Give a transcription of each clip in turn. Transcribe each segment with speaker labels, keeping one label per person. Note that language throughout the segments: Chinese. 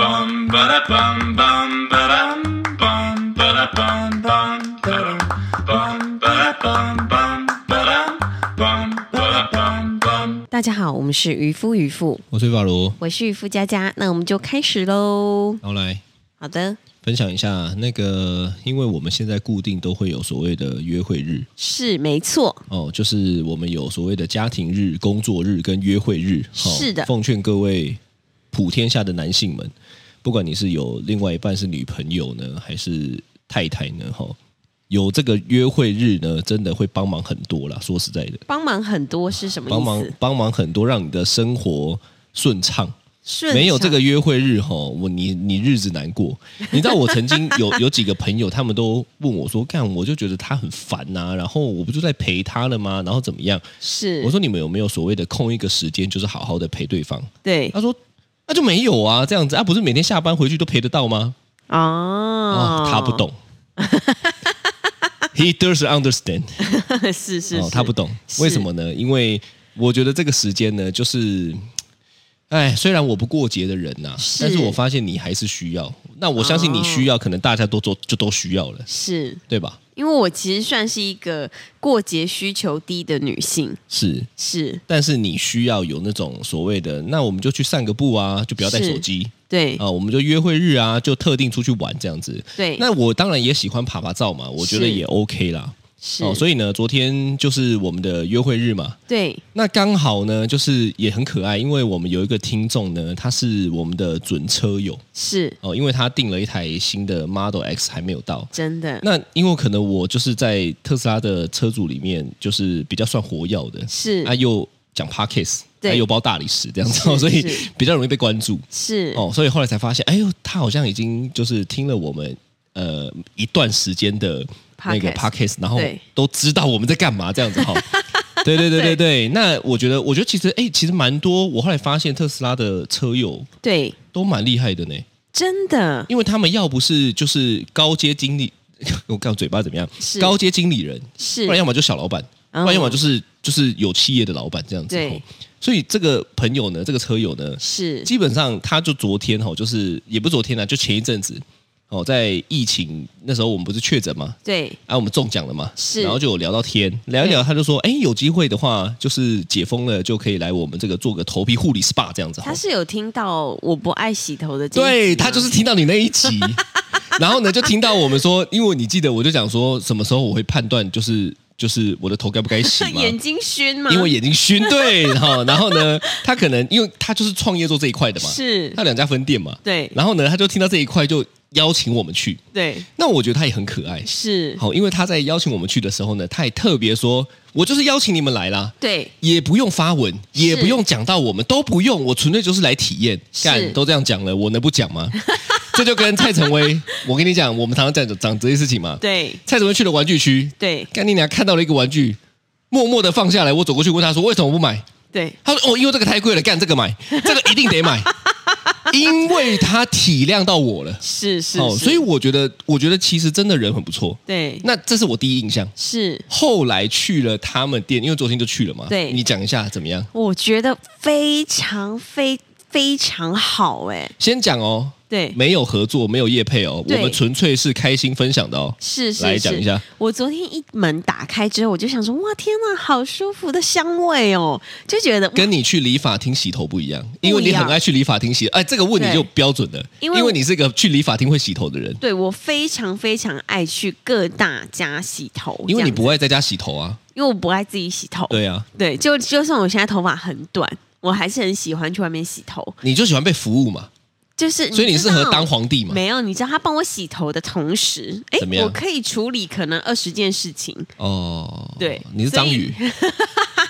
Speaker 1: bum ba da bum bum ba dum bum ba da bum bum ba dum bum ba da bum bum ba dum bum ba da bum bum.
Speaker 2: 大家好，我们是渔夫渔妇，
Speaker 3: 我是法罗，
Speaker 2: 我是渔夫佳佳，那我们就开始喽。
Speaker 3: 然后来
Speaker 2: 好的，
Speaker 3: 分享一下那个，因为我们现在固定都会有所谓的约会日
Speaker 2: 是没错，
Speaker 3: 哦，就是我们有所谓的家庭日、工作日跟约会日。哦
Speaker 2: 是的
Speaker 3: 奉劝各位普天下的男性们，不管你是有另外一半是女朋友呢，还是太太呢，哈、有这个约会日呢，真的会帮忙很多啦。说实在的，
Speaker 2: 帮忙很多是什么
Speaker 3: 帮
Speaker 2: 意
Speaker 3: 忙
Speaker 2: 思？
Speaker 3: 帮忙很多，让你的生活顺畅。
Speaker 2: 顺
Speaker 3: 没有
Speaker 2: 畅
Speaker 3: 这个约会日吼，我你你日子难过。 你知道我曾经有 有几个朋友，他们都问我说：“干，我就觉得他很烦呐、然后我不就在陪他了吗？然后怎么样？”
Speaker 2: 是
Speaker 3: 我说：“你们有没有所谓的空一个时间，就是好好的陪对方
Speaker 2: 对？”
Speaker 3: 他说：“那、就没有啊，这样子啊，不是每天下班回去都陪得到吗？”
Speaker 2: 哦
Speaker 3: 啊，他不，懂。He doesn't understand。
Speaker 2: 是是
Speaker 3: 哦
Speaker 2: 是，，
Speaker 3: 他不懂，
Speaker 2: 是
Speaker 3: 为什么呢？因为我觉得这个时间呢，就是，哎，虽然我不过节的人呐、
Speaker 2: 是哦
Speaker 3: 但是我发现你还是需要。那我相信你需要，可能大家都都就都需要了，
Speaker 2: 是
Speaker 3: 对吧？
Speaker 2: 因为我其实算是一个过节需求低的女性，
Speaker 3: 是，
Speaker 2: 是
Speaker 3: 但是你需要有那种所谓的，那我们就去散个步啊，就不要带
Speaker 2: 是
Speaker 3: 手机
Speaker 2: 对、
Speaker 3: 啊，我们就约会日啊，就特定出去玩这样子。
Speaker 2: 对，
Speaker 3: 那我当然也喜欢爬爬照嘛，我觉得
Speaker 2: 是
Speaker 3: 也 OK 啦。
Speaker 2: 是、
Speaker 3: 哦，所以呢，昨天就是我们的约会日嘛，
Speaker 2: 对
Speaker 3: 那刚好呢，就是也很可爱，因为我们有一个听众呢，他是我们的准车友
Speaker 2: 是
Speaker 3: 哦，因为他订了一台新的 Model X 还没有到。
Speaker 2: 真的
Speaker 3: 那因为可能我就是在特斯拉的车主里面，就是比较算活跃的，
Speaker 2: 是、
Speaker 3: 他又讲 Parkes，
Speaker 2: 对
Speaker 3: 他又包大理石这样子，
Speaker 2: 是
Speaker 3: 所以
Speaker 2: 是
Speaker 3: 比较容易被关注
Speaker 2: 是、
Speaker 3: 哦。所以后来才发现，哎呦，他好像已经就是听了我们呃一段时间的那个
Speaker 2: Podcast
Speaker 3: Parkes，然后
Speaker 2: 对
Speaker 3: 都知道我们在干嘛这 样子哈。对对对对对，那我觉得，我觉得其实，哎，其实蛮多。我后来发现特斯拉的车友
Speaker 2: 对，
Speaker 3: 都蛮厉害的呢，
Speaker 2: 真的
Speaker 3: 因为他们要不是就是高阶经理， 我看我嘴巴怎么样
Speaker 2: 是，
Speaker 3: 高阶经理人，
Speaker 2: 是
Speaker 3: 不然要么就小老板，不
Speaker 2: 嗯
Speaker 3: 然要么就是就是有企业的老板这样子
Speaker 2: 对
Speaker 3: 吼。所以这个朋友呢，这个车友呢，
Speaker 2: 是
Speaker 3: 基本上他就昨天哈，就是也不是昨天啦，啊就前一阵子哦，在疫情那时候我们不是确诊嘛，
Speaker 2: 对
Speaker 3: 啊，我们中奖了嘛，
Speaker 2: 是
Speaker 3: 然后就有聊到天，聊一聊，他就说，哎，有机会的话，就是解封了就可以来我们这个做个头皮护理 SPA 这样子。哦
Speaker 2: 他是有听到我不爱洗头的这一
Speaker 3: 对
Speaker 2: 集吗
Speaker 3: 他就是听到你那一集，然后呢就听到我们说，因为你记得我就讲说什么时候我会判断就是就是我的头该不该洗嘛。
Speaker 2: 眼睛熏吗？
Speaker 3: 因为眼睛熏，对，然后然后呢，他可能因为他就是创业做这一块的嘛，
Speaker 2: 是
Speaker 3: 他两家分店嘛，
Speaker 2: 对
Speaker 3: 然后呢，他就听到这一块就邀请我们去，
Speaker 2: 对
Speaker 3: 那我觉得他也很可爱，
Speaker 2: 是
Speaker 3: 好，因为他在邀请我们去的时候呢，他也特别说，我就是邀请你们来啦，
Speaker 2: 对
Speaker 3: 也不用发文，也不用讲到我们，都不用，我纯粹就是来体验。
Speaker 2: 是
Speaker 3: 干，都这样讲了，我能不讲 吗？这就跟蔡成威，我跟你讲，我们常常讲讲这些事情嘛。
Speaker 2: 对
Speaker 3: 蔡成威去了玩具区，
Speaker 2: 对
Speaker 3: 干你娘看到了一个玩具，默默的放下来，我走过去问他说，为什么不买？
Speaker 2: 对
Speaker 3: 他说：“哦，因为这个太贵了，干这 个买，这个一定得买，因为他体谅到我了。
Speaker 2: 是是
Speaker 3: 哦，
Speaker 2: 是
Speaker 3: 所以我觉得，我觉得其实真的人很不错。
Speaker 2: 对
Speaker 3: 那这是我第一印象。
Speaker 2: 是
Speaker 3: 后来去了他们店，因为昨天就去了嘛。
Speaker 2: 对
Speaker 3: 你讲一下怎么样？
Speaker 2: 我觉得非常非非常好哎、
Speaker 3: 先讲哦，
Speaker 2: 对。
Speaker 3: 没有合作，没有业配哦，我
Speaker 2: 对
Speaker 3: 们纯粹是开心分享的哦。
Speaker 2: 是是
Speaker 3: 来
Speaker 2: 是
Speaker 3: 讲一下，
Speaker 2: 我昨天一门打开之后，我就想说，哇，天呐，好舒服的香味哦，就觉得哇
Speaker 3: 跟你去理发厅洗头不一样，因
Speaker 2: 不
Speaker 3: 为
Speaker 2: 一
Speaker 3: 你
Speaker 2: 样
Speaker 3: 很爱去理发厅洗。哎，这个问题
Speaker 2: 对
Speaker 3: 就标准了，
Speaker 2: 因
Speaker 3: 因
Speaker 2: 为
Speaker 3: 为
Speaker 2: 我
Speaker 3: 你是个去理发厅会洗头的人，
Speaker 2: 对我非常非常爱去各大家洗头，
Speaker 3: 因
Speaker 2: 这
Speaker 3: 为你
Speaker 2: 样子
Speaker 3: 不爱在家洗头啊。
Speaker 2: 因为我不爱自己洗头，
Speaker 3: 对啊，
Speaker 2: 对，就就算我现在头发很短，我还是很喜欢去外面洗头。
Speaker 3: 你就喜欢被服务嘛，
Speaker 2: 就是，
Speaker 3: 所以你
Speaker 2: 知
Speaker 3: 适合
Speaker 2: 道
Speaker 3: 当皇帝嘛。
Speaker 2: 没有，你知道他帮我洗头的同时，哎
Speaker 3: 怎么，样
Speaker 2: 我可以处理可能二十件事情，
Speaker 3: 哦，
Speaker 2: 对
Speaker 3: 你是章鱼，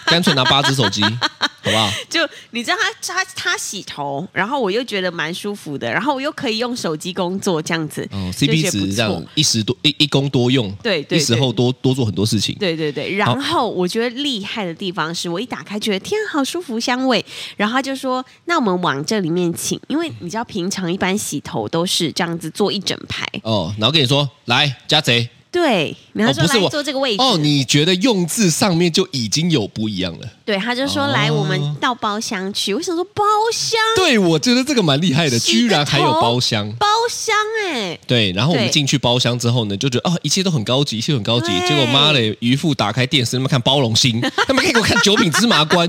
Speaker 3: 干脆拿八只手 机，好不好？
Speaker 2: 就你知道他他他洗头，然后我又觉得蛮舒服的，然后我又可以用手机工作这样子、
Speaker 3: 哦
Speaker 2: 就觉
Speaker 3: ，CP
Speaker 2: 得不
Speaker 3: 值这样
Speaker 2: 错。
Speaker 3: 一时多一一公多用，
Speaker 2: 对对
Speaker 3: 一时
Speaker 2: 对
Speaker 3: 后多多做很多事情。
Speaker 2: 对对对，然后我觉得厉害的地方是我一打开觉得天啊好舒服香味，然后他就说那我们往这里面请，因为你知道平常一般洗头都是这样子做一整排，
Speaker 3: 哦，然后跟你说，来，家贼，
Speaker 2: 对，然后
Speaker 3: 哦
Speaker 2: 他
Speaker 3: 不是
Speaker 2: 说来
Speaker 3: 我
Speaker 2: 坐这个位置，
Speaker 3: 哦，你觉得用字上面就已经有不一样了？
Speaker 2: 对，他就说
Speaker 3: 哦
Speaker 2: 来我们到包厢去，我想说包厢
Speaker 3: 对，我觉得这个蛮厉害的，
Speaker 2: 洗个
Speaker 3: 居然还有
Speaker 2: 头
Speaker 3: 包厢。
Speaker 2: 包厢哎，
Speaker 3: 对，然后我们
Speaker 2: 对
Speaker 3: 进去包厢之后呢，就觉得啊、一切都很高级，一切都很高级。
Speaker 2: 对
Speaker 3: 结果妈嘞，渔夫打开电视，他们看包 容心，他们可以给我看九品芝麻官，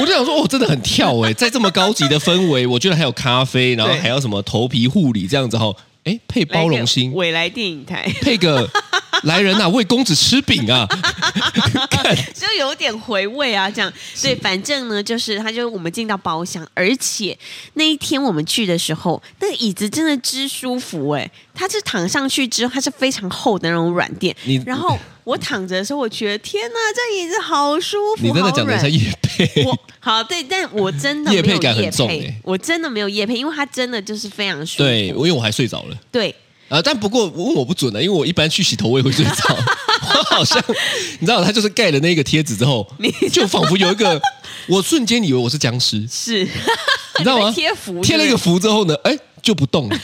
Speaker 3: 我就想说，哦，真的很跳哎、在这么高级的氛 围，我觉得还有咖啡，然后
Speaker 2: 对
Speaker 3: 还有什么头皮护理这样子哈、哦，哎，配包容心，
Speaker 2: 未来电影台
Speaker 3: 配个来人呐、喂公子吃饼啊，看
Speaker 2: 就有点回味啊，这样对，反正呢就是他就我们进到包厢，而且那一天我们去的时候，那个椅子真的之舒服哎、它是躺上去之后它是非常厚的那种软垫
Speaker 3: 你，
Speaker 2: 然后我躺着的时候，我觉得天哪，这椅子好舒服，
Speaker 3: 你真的
Speaker 2: 好
Speaker 3: 讲的
Speaker 2: 软
Speaker 3: 像叶配，
Speaker 2: 我好对，但我真 的没
Speaker 3: 业
Speaker 2: 有
Speaker 3: 配感很
Speaker 2: 业
Speaker 3: 重
Speaker 2: 配
Speaker 3: 欸
Speaker 2: 我真的没有夜配，因为它真的就是非常舒服。
Speaker 3: 对，因为我还睡着了。
Speaker 2: 对
Speaker 3: 啊，但不过我问我不准啊，因为我一般去洗头我也会睡着， 我好像你知道，他就是盖了那个贴纸之后，就仿佛有一个，我瞬间以为我是僵尸，你
Speaker 2: 是
Speaker 3: 知道吗？
Speaker 2: 你被贴符
Speaker 3: 贴了一个符之后呢，哎，就不动了。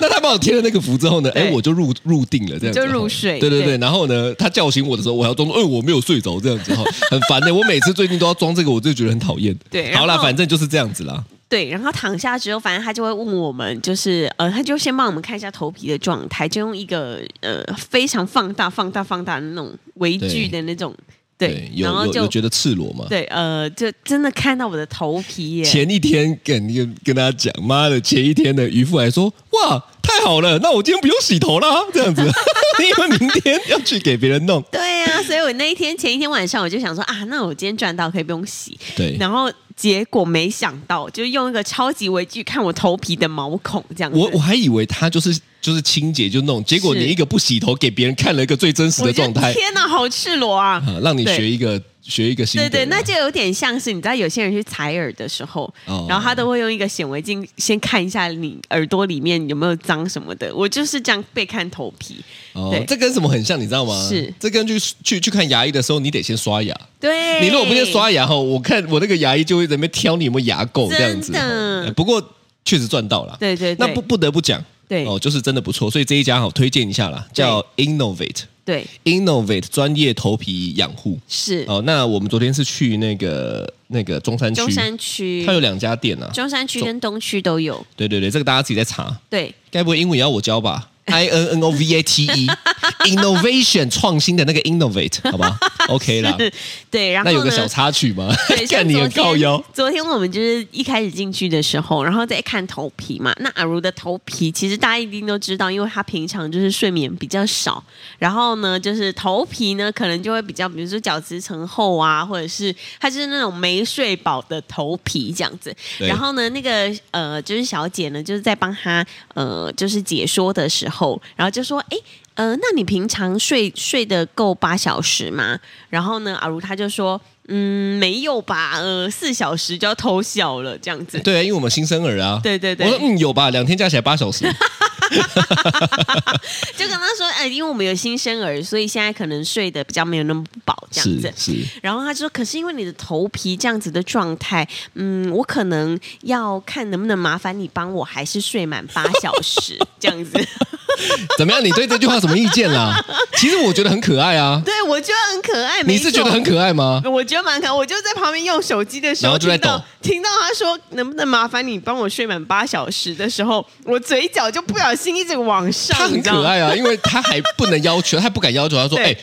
Speaker 3: 那他帮我贴了那个符之后呢，哎，
Speaker 2: 对
Speaker 3: 我就入入定了，这样子
Speaker 2: 就入睡
Speaker 3: 对对
Speaker 2: 对
Speaker 3: 对，然后呢，他叫醒我的时候，我还要装作，哎，我没有睡着，这样子哈，很烦的。我每次最近都要装这个，我就觉得很讨厌。
Speaker 2: 对然
Speaker 3: 好
Speaker 2: 后
Speaker 3: 啦，反正就是这样子啦。
Speaker 2: 对，然后躺下之后，反正他就会问我们，就是呃，他就先帮我们看一下头皮的状态，就用一个呃非常放大、放大、放大的那种微距的那种，对，
Speaker 3: 有
Speaker 2: 然后
Speaker 3: 有
Speaker 2: 就
Speaker 3: 有觉得赤裸吗？
Speaker 2: 对呃，就真的看到我的头皮耶，
Speaker 3: 前一天跟跟跟大家讲，妈的，前一天的渔夫还说，哇，太好了，那我今天不用洗头啦，这 样子，因为明天要去给别人弄。
Speaker 2: 对啊，所以我那一天前一天晚上我就想说啊，那我今天赚到可以不用洗，
Speaker 3: 对，
Speaker 2: 然后结果没想到，就用一个超级微距看我头皮的毛孔这样子。
Speaker 3: 我我还以为他就是就是清洁就弄，结果
Speaker 2: 是
Speaker 3: 你一个不洗头给别人看了一个最真实
Speaker 2: 我
Speaker 3: 的
Speaker 2: 觉得
Speaker 3: 状态，
Speaker 2: 天哪，好赤裸啊！
Speaker 3: 啊，让你
Speaker 2: 对
Speaker 3: 学一个学一个新
Speaker 2: 对
Speaker 3: 的。
Speaker 2: 对，那就有点像是你知道，有些人去采耳的时候，
Speaker 3: 哦
Speaker 2: 然后他都会用一个显微镜先看一下你耳朵里面有没有脏什么的。我就是这样被看头皮，
Speaker 3: 哦
Speaker 2: 对，
Speaker 3: 这跟什么很像，你知道吗？
Speaker 2: 是
Speaker 3: 这跟去去去看牙医的时候，你得先刷牙。
Speaker 2: 对
Speaker 3: 你如果不先，刷牙吼，我看我那个牙医就会在那边挑你有没有牙垢这样子
Speaker 2: 真
Speaker 3: 吼。
Speaker 2: 的
Speaker 3: 呃不过确实赚到了。
Speaker 2: 对对对，
Speaker 3: 那不不得不讲，
Speaker 2: 对
Speaker 3: 哦，就是真的不错，所以这一家好推荐一下啦，叫 Innovate。
Speaker 2: 对
Speaker 3: Innovate 专业头皮养护
Speaker 2: 是、
Speaker 3: 哦，那我们昨天是去那个那个中山区，
Speaker 2: 中山区
Speaker 3: 它，有两家店啊，
Speaker 2: 中山区跟东区都有，
Speaker 3: 对对对，这个大家自己在查，
Speaker 2: 对
Speaker 3: 该不会英文也要我 教吧？I N N O V A T E Innovation 创新的那个 Innovate 好吧？OK 啦，
Speaker 2: 是 对，然后
Speaker 3: 那有个
Speaker 2: 呢
Speaker 3: 小插曲吗
Speaker 2: 对，？像
Speaker 3: 看你
Speaker 2: 昨
Speaker 3: 很
Speaker 2: 天
Speaker 3: 靠腰，
Speaker 2: 昨天我们就是一开始进去的时候，然后再看头皮嘛。那阿如的头皮其实大家一定都知道，因为她平常就是睡眠比较少，然后呢，就是头皮呢可能就会比较，比如说角质层厚啊，或者是她就是那种没睡饱的头皮这样子。
Speaker 3: 对
Speaker 2: 然后呢，那个呃，就是小姐呢，就是在帮她呃，就是解说的时候，然后就说，哎。呃，那你平常睡睡得够八小时吗？然后呢，阿如她就说，嗯，没有吧，呃，四小时就要偷笑了，这样子。
Speaker 3: 对啊，因为我们新生儿啊，
Speaker 2: 对对对
Speaker 3: 我说嗯有吧，两天加起来 八小时，
Speaker 2: 就跟他说，哎，因为我们有新生儿，所以现在可能睡得比较没有那么饱，这样
Speaker 3: 是
Speaker 2: 子。
Speaker 3: 是。
Speaker 2: 然后他就说，可是因为你的头皮这样子的状态，嗯，我可能要看能不能麻烦你帮我，还是睡满八小时这 样子。
Speaker 3: 怎么样？你对这句话什么意见 啦？其实我觉得很可爱啊，
Speaker 2: 对，我觉得很可爱。
Speaker 3: 你
Speaker 2: 没
Speaker 3: 是
Speaker 2: 错
Speaker 3: 觉得很可爱吗？
Speaker 2: 我觉得蛮可爱，我就在旁边用手机的时
Speaker 3: 然
Speaker 2: 候，
Speaker 3: 后就在
Speaker 2: 听
Speaker 3: 抖
Speaker 2: 到听到他说能不能麻烦你帮我睡满八小时的时候，我嘴角就不小心一直往上，
Speaker 3: 他很
Speaker 2: 你知道
Speaker 3: 可
Speaker 2: 吗
Speaker 3: 爱啊，因为他还不能要求，他不敢要求，他说：“
Speaker 2: 对
Speaker 3: 哎、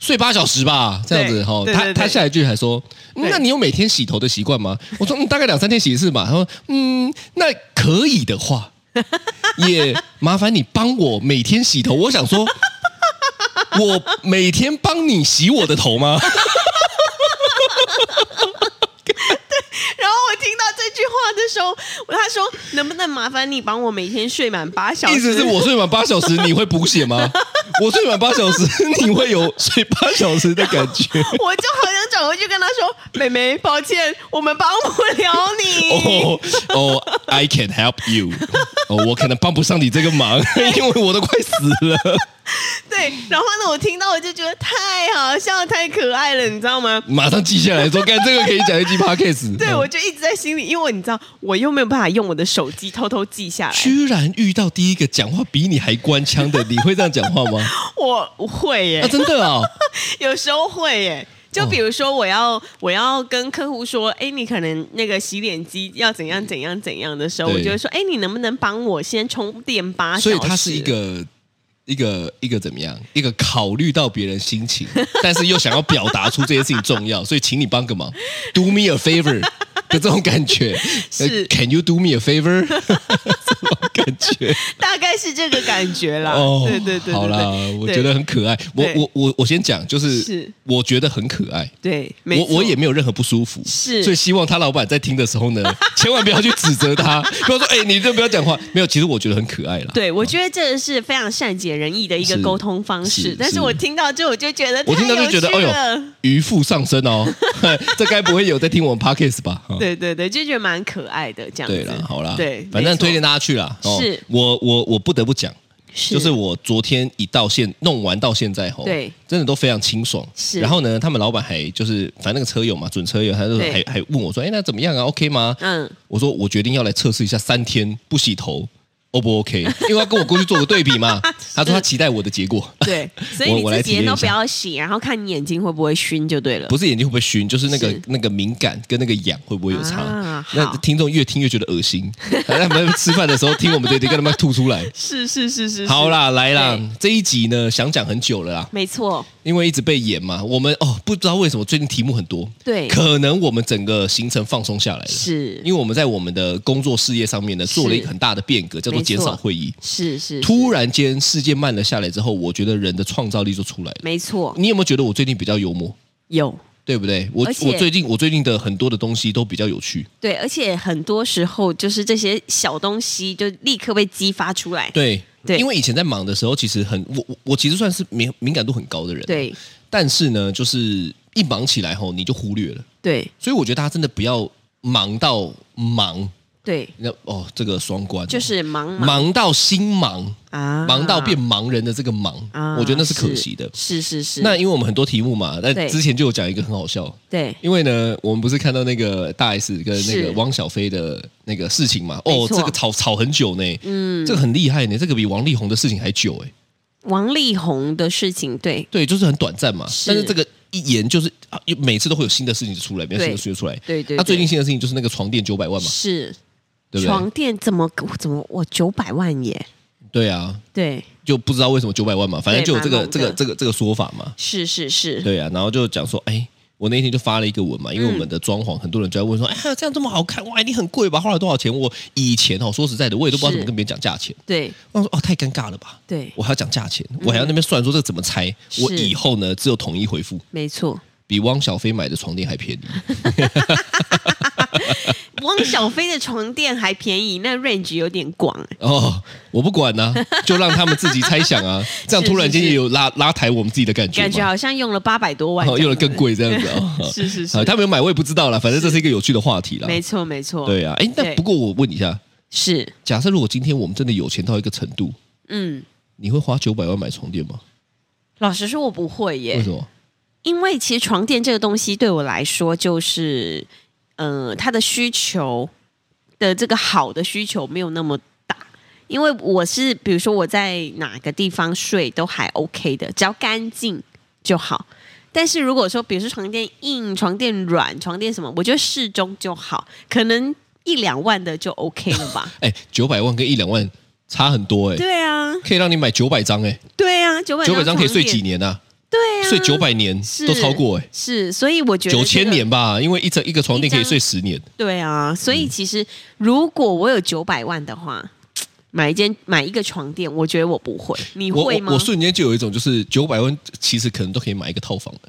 Speaker 3: 睡八小时吧，这样子
Speaker 2: 对
Speaker 3: 哈。
Speaker 2: 对
Speaker 3: 他
Speaker 2: 对对
Speaker 3: 他下一句还说：“嗯
Speaker 2: 对
Speaker 3: 那你有每天洗头的习惯吗？”我说：“嗯，大概两三天洗一次吧。”他说：“嗯，那可以的话， 也麻烦你帮我每天洗头。”我想说，我每天帮你洗我的头吗？
Speaker 2: 然后我听到这句话的时候，他说：“能不能麻烦你帮我每天睡满八小时？”
Speaker 3: 意思是我睡满八小时，你会补血吗？我睡满八小时，你会有睡八小时的感觉？
Speaker 2: 我就好想转过去跟他说：“妹妹，抱歉，我们帮不了你。
Speaker 3: 哦哦，I can help you。哦，我可能帮不上你这个忙，因为我都快死了。
Speaker 2: 对，对，然后呢，我听到我就觉得太好笑、太可爱了，你知道吗？
Speaker 3: 马上记下来说，干这个可以讲一集 podcast。
Speaker 2: 对，
Speaker 3: 嗯
Speaker 2: 我就一直在心里，因为你知道，我又没有办法用我的手机偷偷记下来，
Speaker 3: 居然遇到第一个讲话比你还官腔的，你会这样讲话 吗？
Speaker 2: 我我会耶、
Speaker 3: 啊，真的哦，
Speaker 2: 有时候会耶。就比如说，我要、我要跟客户说，哎，你可能那个洗脸机要怎样怎样怎样的时候，
Speaker 3: 对
Speaker 2: 我就会说，哎，你能不能帮我先充电啊八小时？
Speaker 3: 所以它是一个 一个一个怎么样？一个考虑到别人心情， 但是又想要表达出这件事情重要，所以请你帮个忙，do me a favor 的这种感觉。
Speaker 2: 是
Speaker 3: 呃 Can you do me a favor？这种感觉。
Speaker 2: 大概是这个感觉啦。
Speaker 3: 哦，
Speaker 2: 对对对对
Speaker 3: 好啦
Speaker 2: 对，
Speaker 3: 我觉得很可爱。我
Speaker 2: 对
Speaker 3: 我我我先讲，就是
Speaker 2: 是
Speaker 3: 我觉得很可爱。
Speaker 2: 对，没
Speaker 3: 我
Speaker 2: 错
Speaker 3: 我也没有任何不舒服，
Speaker 2: 是
Speaker 3: 所以希望他老板在听的时候呢，千万不要去指责他， 不要说哎、你这不要讲话，没有，其实我觉得很可爱啦。
Speaker 2: 对，我觉得这是非常善解人意的一个
Speaker 3: 是
Speaker 2: 沟通方
Speaker 3: 是
Speaker 2: 式
Speaker 3: 是。
Speaker 2: 但是我听到这，我就觉得
Speaker 3: 我听到
Speaker 2: 太
Speaker 3: 就
Speaker 2: 有
Speaker 3: 觉得，
Speaker 2: 趣
Speaker 3: 哎呦
Speaker 2: 了，
Speaker 3: 渔夫上身 哦， 这该不会有在听我们 podcast 吧？哈
Speaker 2: 对对对，就觉得蛮可爱的这样子。
Speaker 3: 对了，好啦，
Speaker 2: 对，
Speaker 3: 反
Speaker 2: 没
Speaker 3: 正
Speaker 2: 错
Speaker 3: 推荐大家去啦。哦
Speaker 2: 是
Speaker 3: 我我我不得不讲，
Speaker 2: 是
Speaker 3: 就是我昨天一到现弄完到现在吼，
Speaker 2: 对，
Speaker 3: 真的都非常清爽。
Speaker 2: 是
Speaker 3: 然后呢，他们老板还就是反正那个车友嘛，准车友，他就还
Speaker 2: 对
Speaker 3: 还问我说，哎，那怎么样啊？OK 吗？
Speaker 2: 嗯，
Speaker 3: 我说我决定要来测试一下三天不洗头。O 不 OK？因为要跟我过去做个对比 嘛。他说他期待我的结果，
Speaker 2: 对，所以
Speaker 3: 我
Speaker 2: 你
Speaker 3: 我来
Speaker 2: 这
Speaker 3: 体
Speaker 2: 几
Speaker 3: 验
Speaker 2: 天
Speaker 3: 一
Speaker 2: 都不
Speaker 3: 下
Speaker 2: 要洗，然后看你眼睛会不会熏就对了。
Speaker 3: 不是眼睛会不会熏，就是那个
Speaker 2: 是
Speaker 3: 那个敏感跟那个痒会不会有差？
Speaker 2: 啊好
Speaker 3: 那听众越听越觉得恶心， 还在他们吃饭的时候听我们这一集，跟他们吐出来。
Speaker 2: 是是是是，
Speaker 3: 好
Speaker 2: 了，
Speaker 3: 啦，来啦
Speaker 2: 对，
Speaker 3: 这一集呢想讲很久了啦，
Speaker 2: 没错，
Speaker 3: 因为一直被演嘛，我们哦不知道为什么最近题目很多，
Speaker 2: 对，
Speaker 3: 可能我们整个行程放松下来了，
Speaker 2: 是
Speaker 3: 因为我们在我们的工作事业上面呢做了一个很大的变革，叫做
Speaker 2: 没错
Speaker 3: 减少会议。
Speaker 2: 是是，
Speaker 3: 突
Speaker 2: 是
Speaker 3: 然间世界慢了下来之后，我觉得人的创造力就出来了。
Speaker 2: 没错，
Speaker 3: 你有没有觉得我最近比较幽默？
Speaker 2: 有
Speaker 3: 对不对？我
Speaker 2: 而且
Speaker 3: 我最近我最近的很多的东西都比较有趣。
Speaker 2: 对，而且很多时候就是这些小东西就立刻被激发出来。
Speaker 3: 对
Speaker 2: 对
Speaker 3: 因为以前在忙的时候，其实很我我我其实算是敏敏感度很高的人，。
Speaker 2: 对
Speaker 3: 但是呢，就是一忙起来后，你就忽略了。
Speaker 2: 对
Speaker 3: 所以我觉得大家真的不要忙到忙，
Speaker 2: 对，
Speaker 3: 那哦，这个双关哦
Speaker 2: 就是忙
Speaker 3: 忙到心忙，
Speaker 2: 啊，
Speaker 3: 忙到变盲人的这个忙，
Speaker 2: 啊，
Speaker 3: 我觉得那是可惜的。
Speaker 2: 是是是，
Speaker 3: 那因为我们很多题目嘛，那
Speaker 2: 对
Speaker 3: 之前就有讲一个很好笑，
Speaker 2: 对
Speaker 3: 因为呢，我们不是看到那个大 S 跟那
Speaker 2: 是
Speaker 3: 个汪小菲的那个事情嘛？
Speaker 2: 没
Speaker 3: 哦，
Speaker 2: 错
Speaker 3: 这个吵吵很久呢，嗯，这个很厉害呢，这个比王力宏的事情还久哎。
Speaker 2: 王力宏的事情，对
Speaker 3: 对，就是很短暂嘛。
Speaker 2: 是
Speaker 3: 但是这个一延就是啊每次都会有新的事情出来，每次
Speaker 2: 对
Speaker 3: 新的事情出来。
Speaker 2: 对对，
Speaker 3: 那最
Speaker 2: 对
Speaker 3: 近新的事情就是那个床垫九百万嘛，
Speaker 2: 是
Speaker 3: 对不
Speaker 2: 床
Speaker 3: 对？
Speaker 2: 垫怎么怎么我九百万耶？
Speaker 3: 对啊，
Speaker 2: 对，
Speaker 3: 就不知道为什么九百万嘛，反正
Speaker 2: 对
Speaker 3: 就有这个
Speaker 2: 蛮猛的
Speaker 3: 这个这个这个说法嘛。
Speaker 2: 是是是，
Speaker 3: 对啊，然后就讲说，哎，我那天就发了一个文嘛，因为
Speaker 2: 嗯
Speaker 3: 我们的装潢，很多人就在问说，哎呀，这样这么好看，哇，你很贵吧？花了多少钱？我以前哦，说实在的，我也都不知道
Speaker 2: 是
Speaker 3: 怎么跟别人讲价钱。
Speaker 2: 对
Speaker 3: 我想说，哦，太尴尬了吧？
Speaker 2: 对，嗯
Speaker 3: 我还要讲价钱，我还要那边算说这个怎么拆。我
Speaker 2: 是
Speaker 3: 以后呢，只有统一回复，
Speaker 2: 没错。
Speaker 3: 比汪小菲买的床垫还便宜。
Speaker 2: 汪小菲的床垫还便宜，那 range 有点广，
Speaker 3: 哦，我不管呐、就让他们自己猜想 啊。这样突然间也有拉拉抬我们自己的感觉嘛，
Speaker 2: 感觉好像用了八百多万这
Speaker 3: 哦，
Speaker 2: 样子，
Speaker 3: 用的更贵这 样子啊、哦。
Speaker 2: 是是是
Speaker 3: 啊，他们有买我也不知道啦，反正这是一个有趣的话题啦。
Speaker 2: 没错没错，
Speaker 3: 对啊，哎，那
Speaker 2: 对
Speaker 3: 不过我问你一下，
Speaker 2: 是，
Speaker 3: 假设如果今天我们真的有钱到一个程度，
Speaker 2: 嗯，
Speaker 3: 你会花九百万买床垫吗？
Speaker 2: 老实说我不会
Speaker 3: 为
Speaker 2: 耶
Speaker 3: 什，么？
Speaker 2: 因为其实床垫这个东西对我来说就是，呃，它的需求的这个好的需求没有那么大，因为我是比如说我在哪个地方睡都还 OK 的，只要干净就好。但是如果说比如说床垫硬、床垫软、床垫什么，我觉得适中就好，可能一两万的就 OK 了吧？
Speaker 3: 哎，九百万跟一两万差很多哎、
Speaker 2: 对啊，
Speaker 3: 可以让你买九百张哎、
Speaker 2: 对啊，九百
Speaker 3: 九百张可以睡
Speaker 2: 床
Speaker 3: 几
Speaker 2: 垫？
Speaker 3: 年啊？
Speaker 2: 对啊，
Speaker 3: 睡九百年
Speaker 2: 是
Speaker 3: 都超过哎、
Speaker 2: 是，所以我觉得
Speaker 3: 九
Speaker 2: 这
Speaker 3: 千
Speaker 2: 个
Speaker 3: 年吧，因为一整一个床垫可以睡十年。
Speaker 2: 对啊，所
Speaker 3: 嗯
Speaker 2: 以其实如果我有九百万的话，买一间买一个床垫，我觉得我不会，你
Speaker 3: 我
Speaker 2: 会吗？
Speaker 3: 我我瞬间就有一种就是九百万，其实可能都可以买一个套房了。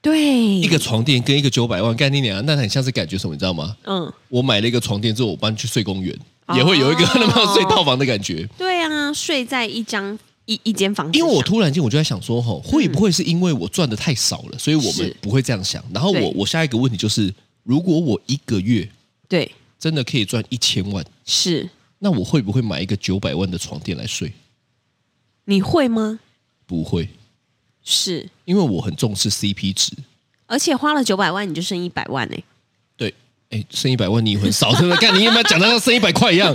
Speaker 2: 对
Speaker 3: 一个床垫跟一个九百万概念俩，那很像是感觉什么，你知道吗？
Speaker 2: 嗯，
Speaker 3: 我买了一个床垫之后，我搬去睡公园，
Speaker 2: 哦
Speaker 3: 也会有一个 那么睡套房的感觉。
Speaker 2: 对啊，睡在一张一一间房子
Speaker 3: 因
Speaker 2: 上，
Speaker 3: 为我突然间我就在想说，吼，会不会是因为我赚的太少了，所以我们
Speaker 2: 嗯是
Speaker 3: 不会这样想？然后
Speaker 2: 对
Speaker 3: 我我下一个问题就是，如果我一个月
Speaker 2: 对
Speaker 3: 真的可以赚一千万，
Speaker 2: 是
Speaker 3: 那我会不会买一个九百万的床垫来睡？
Speaker 2: 你会吗？
Speaker 3: 不会，
Speaker 2: 是，
Speaker 3: 因为我很重视 CP 值。
Speaker 2: 而且花了九百万，你就剩一百万呢、欸
Speaker 3: 对，哎，剩一百万你也很少，真 的，干你有没有讲到像剩一百块一样？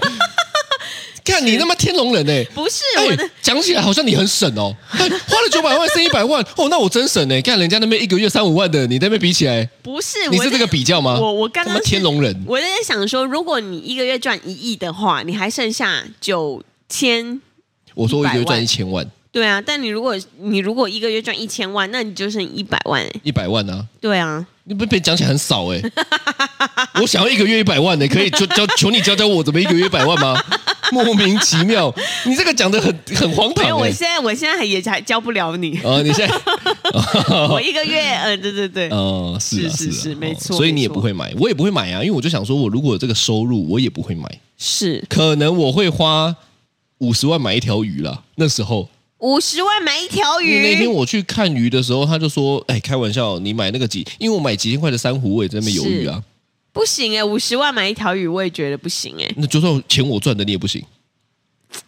Speaker 3: 看你他妈天龙人哎、
Speaker 2: 不是、
Speaker 3: 哎
Speaker 2: 我的，
Speaker 3: 讲起来好像你很省哦，哎花了九百万剩一百万，哦，那我真省哎、看人家那边一个月三五万的，你那边比起 来，
Speaker 2: 不是，
Speaker 3: 你
Speaker 2: 哎我
Speaker 3: 是这
Speaker 2: 在
Speaker 3: 个比较吗？
Speaker 2: 我我刚刚
Speaker 3: 他妈
Speaker 2: 是
Speaker 3: 天龙人，
Speaker 2: 我在想说，如果你一个月赚一亿的话，你还剩下九千。
Speaker 3: 我说我一个月赚
Speaker 2: 100万
Speaker 3: 一千万，
Speaker 2: 对啊，但你如果你如果一个月赚一千万，那你就剩一百万、欸。
Speaker 3: 一百万啊，
Speaker 2: 对啊，
Speaker 3: 你不被讲起来很少 哎、我想要一个月一百万呢、欸可以就教求你教教我怎么一个月一百万 吗？莫名其妙，你这个讲的很很荒
Speaker 2: 没有，
Speaker 3: 唐
Speaker 2: 我
Speaker 3: 哎、
Speaker 2: 现在我现在还也还教不了你。
Speaker 3: 啊、你现在
Speaker 2: 我一个月，呃，对对对，
Speaker 3: 哦，是啊
Speaker 2: 是是
Speaker 3: 啊
Speaker 2: 是
Speaker 3: 哦
Speaker 2: 没错
Speaker 3: 所以你也
Speaker 2: 没错
Speaker 3: 不会买，我也不会买啊，因为我就想说，我如果有这个收入，我也不会买，
Speaker 2: 是
Speaker 3: 可能我会花五十万买一条鱼啦。那时候，
Speaker 2: 五十万买一条
Speaker 3: 因为
Speaker 2: 鱼。
Speaker 3: 那天我去看鱼的时候，他就说：“哎，开玩笑，你买那个几？因为我买几千块的珊瑚，我也在那边犹豫啊。
Speaker 2: 不行哎、五十万买一条鱼，我也觉得不行哎、
Speaker 3: 那就算钱我赚的，你也不行，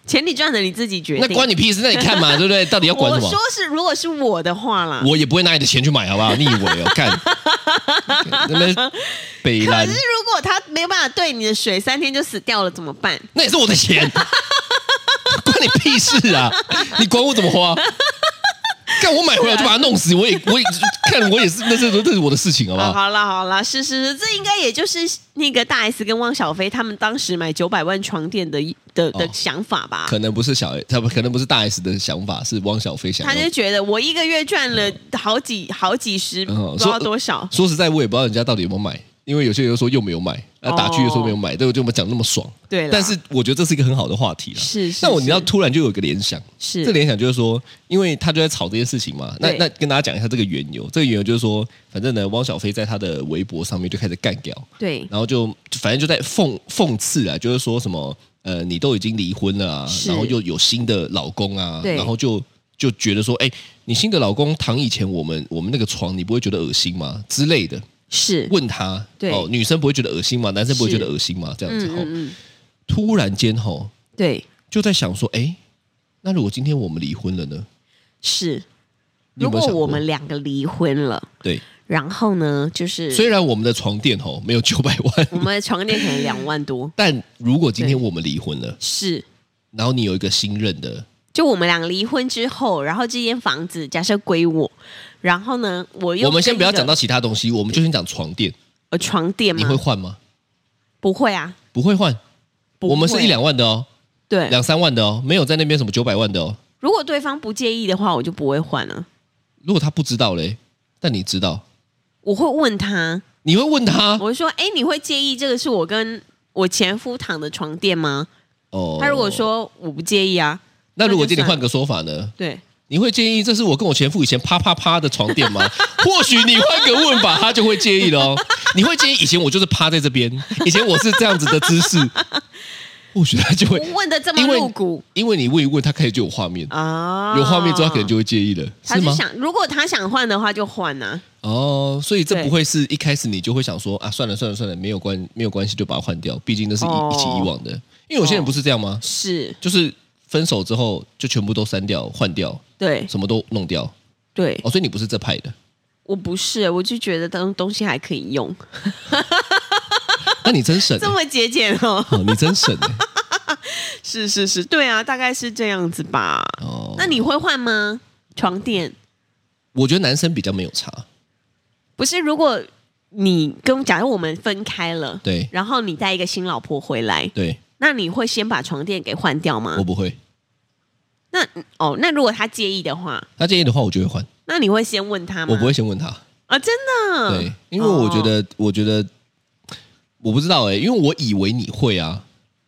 Speaker 2: 钱你赚的你自己决定。
Speaker 3: 那关你屁事？那你 看嘛，对不对？到底要管
Speaker 2: 我
Speaker 3: 什么
Speaker 2: 说？是，如果是我的话啦，
Speaker 3: 我也不会拿你的钱去买，好不好？你以为 哦？看那边北
Speaker 2: 可
Speaker 3: 兰
Speaker 2: 是，如果他没有办法对你的水三天就死掉了怎么办？
Speaker 3: 那也是我的钱，关你屁事啊！你管我怎么花？看我买回来我就把它弄死，
Speaker 2: 啊
Speaker 3: 我也我也看我也是，那是那是我的事情，好不
Speaker 2: 好
Speaker 3: 好？
Speaker 2: 好啦好啦，是是是，这应该也就是那个大 S 跟汪小菲他们当时买九百万床垫的的的
Speaker 3: 哦
Speaker 2: 想法吧。
Speaker 3: 可能不是小，他不可能不是大 S 的想法，是汪小菲想
Speaker 2: 他
Speaker 3: 要
Speaker 2: 就觉得我一个月赚了好几好几十，
Speaker 3: 嗯
Speaker 2: 不知道
Speaker 3: 说
Speaker 2: 多少。
Speaker 3: 说实在，我也不知道人家到底有没有买，因为有些人说又没有买，那、
Speaker 2: 哦
Speaker 3: 打趣又说没有买，对我就没有讲那么爽。
Speaker 2: 对啦
Speaker 3: 但是我觉得这是一个很好的话题了。
Speaker 2: 是是
Speaker 3: 那我你知道，
Speaker 2: 是
Speaker 3: 突然就有一个联想，
Speaker 2: 是
Speaker 3: 这联想就是说，因为他就在吵这些事情嘛。那
Speaker 2: 对
Speaker 3: 那跟大家讲一下这个缘由，这个缘由就是说，反正呢，汪小菲在他的微博上面就开始干掉，
Speaker 2: 对
Speaker 3: 然后就反正就在讽讽刺啊，就是说什么呃，你都已经离婚了、啊，
Speaker 2: 是
Speaker 3: 然后又有新的老公啊，
Speaker 2: 对
Speaker 3: 然后就就觉得说，哎，你新的老公躺以前我们我们那个床，你不会觉得恶心吗之类的？
Speaker 2: 是
Speaker 3: 问他，
Speaker 2: 对
Speaker 3: 哦，女生不会觉得恶心吗？男生不会
Speaker 2: 是
Speaker 3: 觉得恶心吗？这样子
Speaker 2: 嗯
Speaker 3: 吼，
Speaker 2: 嗯嗯，
Speaker 3: 突然间吼、
Speaker 2: 对
Speaker 3: 就在想说，哎，那如果今天我们离婚了呢？
Speaker 2: 是。
Speaker 3: 你有
Speaker 2: 如
Speaker 3: 没
Speaker 2: 果
Speaker 3: 有想过
Speaker 2: 我们两个离婚了，
Speaker 3: 对，
Speaker 2: 然后呢，就是
Speaker 3: 虽然我们的床垫吼、没有九百万，
Speaker 2: 我们的床垫可能两万 多，
Speaker 3: 但如果今天
Speaker 2: 对
Speaker 3: 我们离婚了，
Speaker 2: 是
Speaker 3: 然后你有一个新任的，
Speaker 2: 就我们俩离婚之后，然后这间房子假设归我，然后呢，我又
Speaker 3: 我们先不要讲
Speaker 2: 到
Speaker 3: 到其他东西，我们就先讲床垫，
Speaker 2: 呃床垫
Speaker 3: 你
Speaker 2: 嘛，
Speaker 3: 会换吗？
Speaker 2: 不会啊？
Speaker 3: 不会换，
Speaker 2: 不会
Speaker 3: 我们是一两万的哦，
Speaker 2: 对，
Speaker 3: 两三万的哦，没有在那边什么九百万的哦。
Speaker 2: 如果对方不介意的话，我就不会换了、啊
Speaker 3: 如果他不知道嘞，但你知道，
Speaker 2: 我会问他，
Speaker 3: 你会问他
Speaker 2: 我会说，哎，你会介意这个是我跟我前夫躺的床垫吗？
Speaker 3: 哦。
Speaker 2: 他如果，说我不介意啊，
Speaker 3: 那如果
Speaker 2: 那就
Speaker 3: 今天
Speaker 2: 算
Speaker 3: 换个说法呢？
Speaker 2: 对，
Speaker 3: 你会介意这是我跟我前夫以前啪啪啪的床 垫吗？或许你换个问法，他就会介意了哦。你会介意以前我就是趴在 这边，以前我是这样子的姿势，或许他就会
Speaker 2: 我，问的这么
Speaker 3: 因为
Speaker 2: 露骨
Speaker 3: 因为你问一问，他开始就有画面，
Speaker 2: 啊，
Speaker 3: 有画面之后他可能就会介意了，
Speaker 2: 他
Speaker 3: 是
Speaker 2: 就
Speaker 3: 吗？
Speaker 2: 想，如果他想换的话就换啊，
Speaker 3: 哦，所以这
Speaker 2: 对
Speaker 3: 不会是一开始你就会想说啊，算了算了算了，没有关没有关系，就把它换掉，毕竟那是一、
Speaker 2: 哦
Speaker 3: 一起以往的。因为有些人不是这样吗？
Speaker 2: 是
Speaker 3: 就是分手之后就全部都删掉、换掉，
Speaker 2: 对
Speaker 3: 什么都弄掉。
Speaker 2: 对，
Speaker 3: 哦，所以你不是这派的，
Speaker 2: 我不是，我就觉得东东西还可以用，
Speaker 3: 那你真省、 啊
Speaker 2: 这么节俭哦。
Speaker 3: 哦，你真省、欸、
Speaker 2: 是是是，对啊，大概是这样子吧。
Speaker 3: 哦。
Speaker 2: 那你会换吗？床垫
Speaker 3: 我觉得男生比较没有差，
Speaker 2: 不是？如果你跟假如我们分开了，
Speaker 3: 对
Speaker 2: 然后你带一个新老婆回来，
Speaker 3: 对，
Speaker 2: 那你会先把床垫给换掉吗
Speaker 3: 我？不会。
Speaker 2: 那哦，那如果他介意的话，
Speaker 3: 他建议的话，我就会换，
Speaker 2: 那哦你会先问他吗？
Speaker 3: 我不会先问他。
Speaker 2: 啊，真的。
Speaker 3: 对，因为我觉得，我觉得我不知道哎、因为我以为你会啊，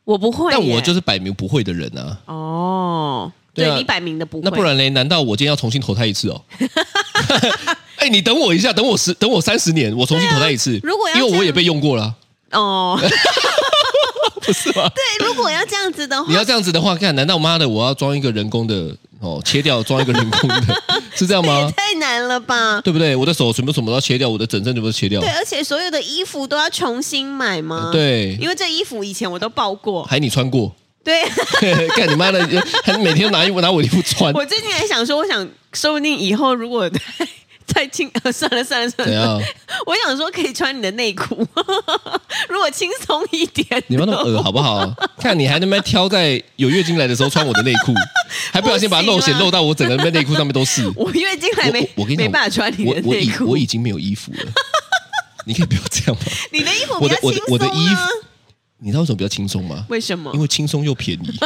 Speaker 2: 我不会耶，
Speaker 3: 但我就是摆明不会的人啊。
Speaker 2: 哦，对
Speaker 3: 对啊
Speaker 2: 你摆明的不会，
Speaker 3: 那不然嘞？难道我今天要重新投胎一次哦？ 哎、你等我一下，等我十，等我三十年，我重新投胎一次。
Speaker 2: 啊如果要
Speaker 3: 因
Speaker 2: 这
Speaker 3: 为
Speaker 2: 样
Speaker 3: 我也被用过 了，
Speaker 2: 哦，
Speaker 3: 不是吗？
Speaker 2: 对，如果要这样子的
Speaker 3: 你
Speaker 2: 话，
Speaker 3: 要这样子的话，看，难道妈的我要装一个人工的哦，切掉装一个人工的， 是这 样吗？
Speaker 2: 太难了吧？
Speaker 3: 对不对？我的手全部什么都要切掉，我的整身全部都切掉
Speaker 2: 对，。而且所有的衣服都要重新买吗？，
Speaker 3: 嗯对，
Speaker 2: 因为这衣服以前我都报过，
Speaker 3: 还你穿过，
Speaker 2: 对
Speaker 3: 干你妈的！还每天拿衣服拿我衣服穿，
Speaker 2: 我最近还想说，我想说不定以后如果 太太轻，呃算了算了算
Speaker 3: 怎
Speaker 2: 了，
Speaker 3: 样？
Speaker 2: 我想说可以穿你的内裤， 如果轻松一点。
Speaker 3: 你不要那么恶好不好？看你还能不能挑在有月经来的时候穿我的内 裤，还不小心把它露
Speaker 2: 不
Speaker 3: 显
Speaker 2: 行啊
Speaker 3: 露到我整个内裤上面都是。我
Speaker 2: 我月经来没
Speaker 3: 我我跟你讲，
Speaker 2: 啊没办法穿你
Speaker 3: 我
Speaker 2: 的
Speaker 3: 我
Speaker 2: 内
Speaker 3: 已
Speaker 2: 裤，
Speaker 3: 我已经没有衣服了。 你可以不要这样吗？
Speaker 2: 你的衣服比
Speaker 3: 我
Speaker 2: 较
Speaker 3: 的我
Speaker 2: 轻
Speaker 3: 的
Speaker 2: 松啊。
Speaker 3: 我的衣服，你知道为什么比较轻松吗？
Speaker 2: 为什么
Speaker 3: 因？为轻松 又便宜。